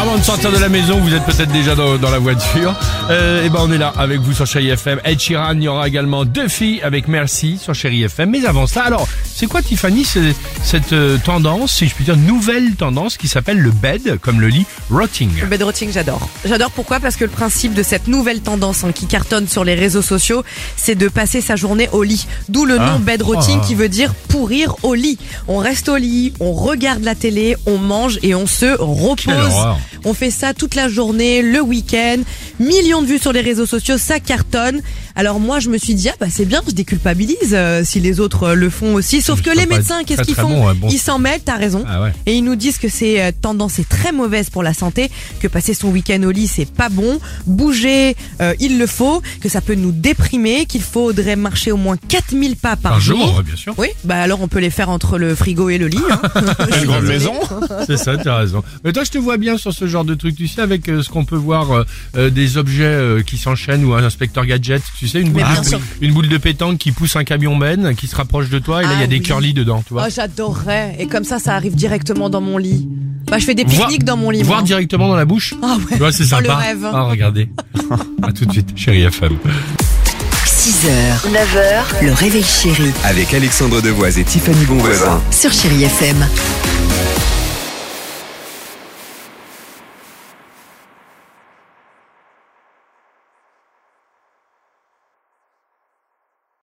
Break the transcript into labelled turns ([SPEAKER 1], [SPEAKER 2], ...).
[SPEAKER 1] Avant de sortir de la maison, vous êtes peut-être déjà dans, dans la voiture. Euh, et ben on est là avec vous sur Chéri FM. Ed Sheeran, il y aura également deux filles avec Merci sur Chéri FM. Mais avant ça, alors c'est quoi Tiffany c'est- cette euh, tendance, si je puis dire nouvelle tendance qui s'appelle le bed comme le lit rotting.
[SPEAKER 2] Le bedrotting, j'adore. J'adore pourquoi Parce que le principe de cette nouvelle tendance hein, qui cartonne sur les réseaux sociaux, c'est de passer sa journée au lit. D'où le
[SPEAKER 1] Ah.
[SPEAKER 2] nom bedrotting
[SPEAKER 1] Oh.
[SPEAKER 2] qui veut dire pourrir au lit. On reste au lit, on regarde la télé, on mange et on se
[SPEAKER 1] Quelle
[SPEAKER 2] repose.
[SPEAKER 1] horreur.
[SPEAKER 2] On fait ça toute la journée, le week-end. Millions de vues sur les réseaux sociaux, ça cartonne. Alors moi, je me suis dit, ah bah c'est bien, je déculpabilise euh, si les autres euh, le font aussi. Sauf
[SPEAKER 1] Je
[SPEAKER 2] que
[SPEAKER 1] peux
[SPEAKER 2] les
[SPEAKER 1] pas être
[SPEAKER 2] médecins, qu'est-ce
[SPEAKER 1] très,
[SPEAKER 2] qu'ils
[SPEAKER 1] très
[SPEAKER 2] font
[SPEAKER 1] bon, ouais, bon.
[SPEAKER 2] Ils s'en mêlent, t'as raison.
[SPEAKER 1] Ah ouais.
[SPEAKER 2] Et ils nous disent que ces euh, tendances est très mauvaise pour la santé, que passer son week-end au lit c'est pas bon, bouger euh, il le faut, que ça peut nous déprimer, qu'il faudrait marcher au moins 4000 pas par
[SPEAKER 1] Par
[SPEAKER 2] jour.
[SPEAKER 1] jour, ouais, bien sûr.
[SPEAKER 2] Oui, bah alors on peut les faire entre le frigo et le lit. hein. Je suis désolée.
[SPEAKER 1] C'est ça, tu as raison. Mais toi, je te vois bien sur ce genre de truc, tu sais, avec euh, ce qu'on peut voir, euh, euh, des objets euh, qui s'enchaînent ou un inspecteur gadget, tu sais, une boule,
[SPEAKER 2] Mais bien
[SPEAKER 1] de,
[SPEAKER 2] sûr.
[SPEAKER 1] une boule de pétanque qui pousse un camion ben, qui se rapproche de toi, et là, il y a
[SPEAKER 2] Ah
[SPEAKER 1] des
[SPEAKER 2] oui.
[SPEAKER 1] curly dedans, tu
[SPEAKER 2] Oh,
[SPEAKER 1] vois.
[SPEAKER 2] j'adorerais. Et comme ça, ça arrive directement dans mon lit. Bah, je fais des
[SPEAKER 1] Voir-
[SPEAKER 2] pique-niques dans mon lit.
[SPEAKER 1] Voir
[SPEAKER 2] moi.
[SPEAKER 1] directement dans la bouche.
[SPEAKER 2] Ah
[SPEAKER 1] Tu
[SPEAKER 2] ouais.
[SPEAKER 1] vois, c'est
[SPEAKER 2] Oh, le
[SPEAKER 1] sympa.
[SPEAKER 2] rêve.
[SPEAKER 1] Ah, regardez. à tout de suite, chérie FM.
[SPEAKER 3] 6h, 9h, le réveil chéri
[SPEAKER 4] Avec Alexandre Devoise et Tiffany Bonvoisin.
[SPEAKER 3] sur Chéri FM.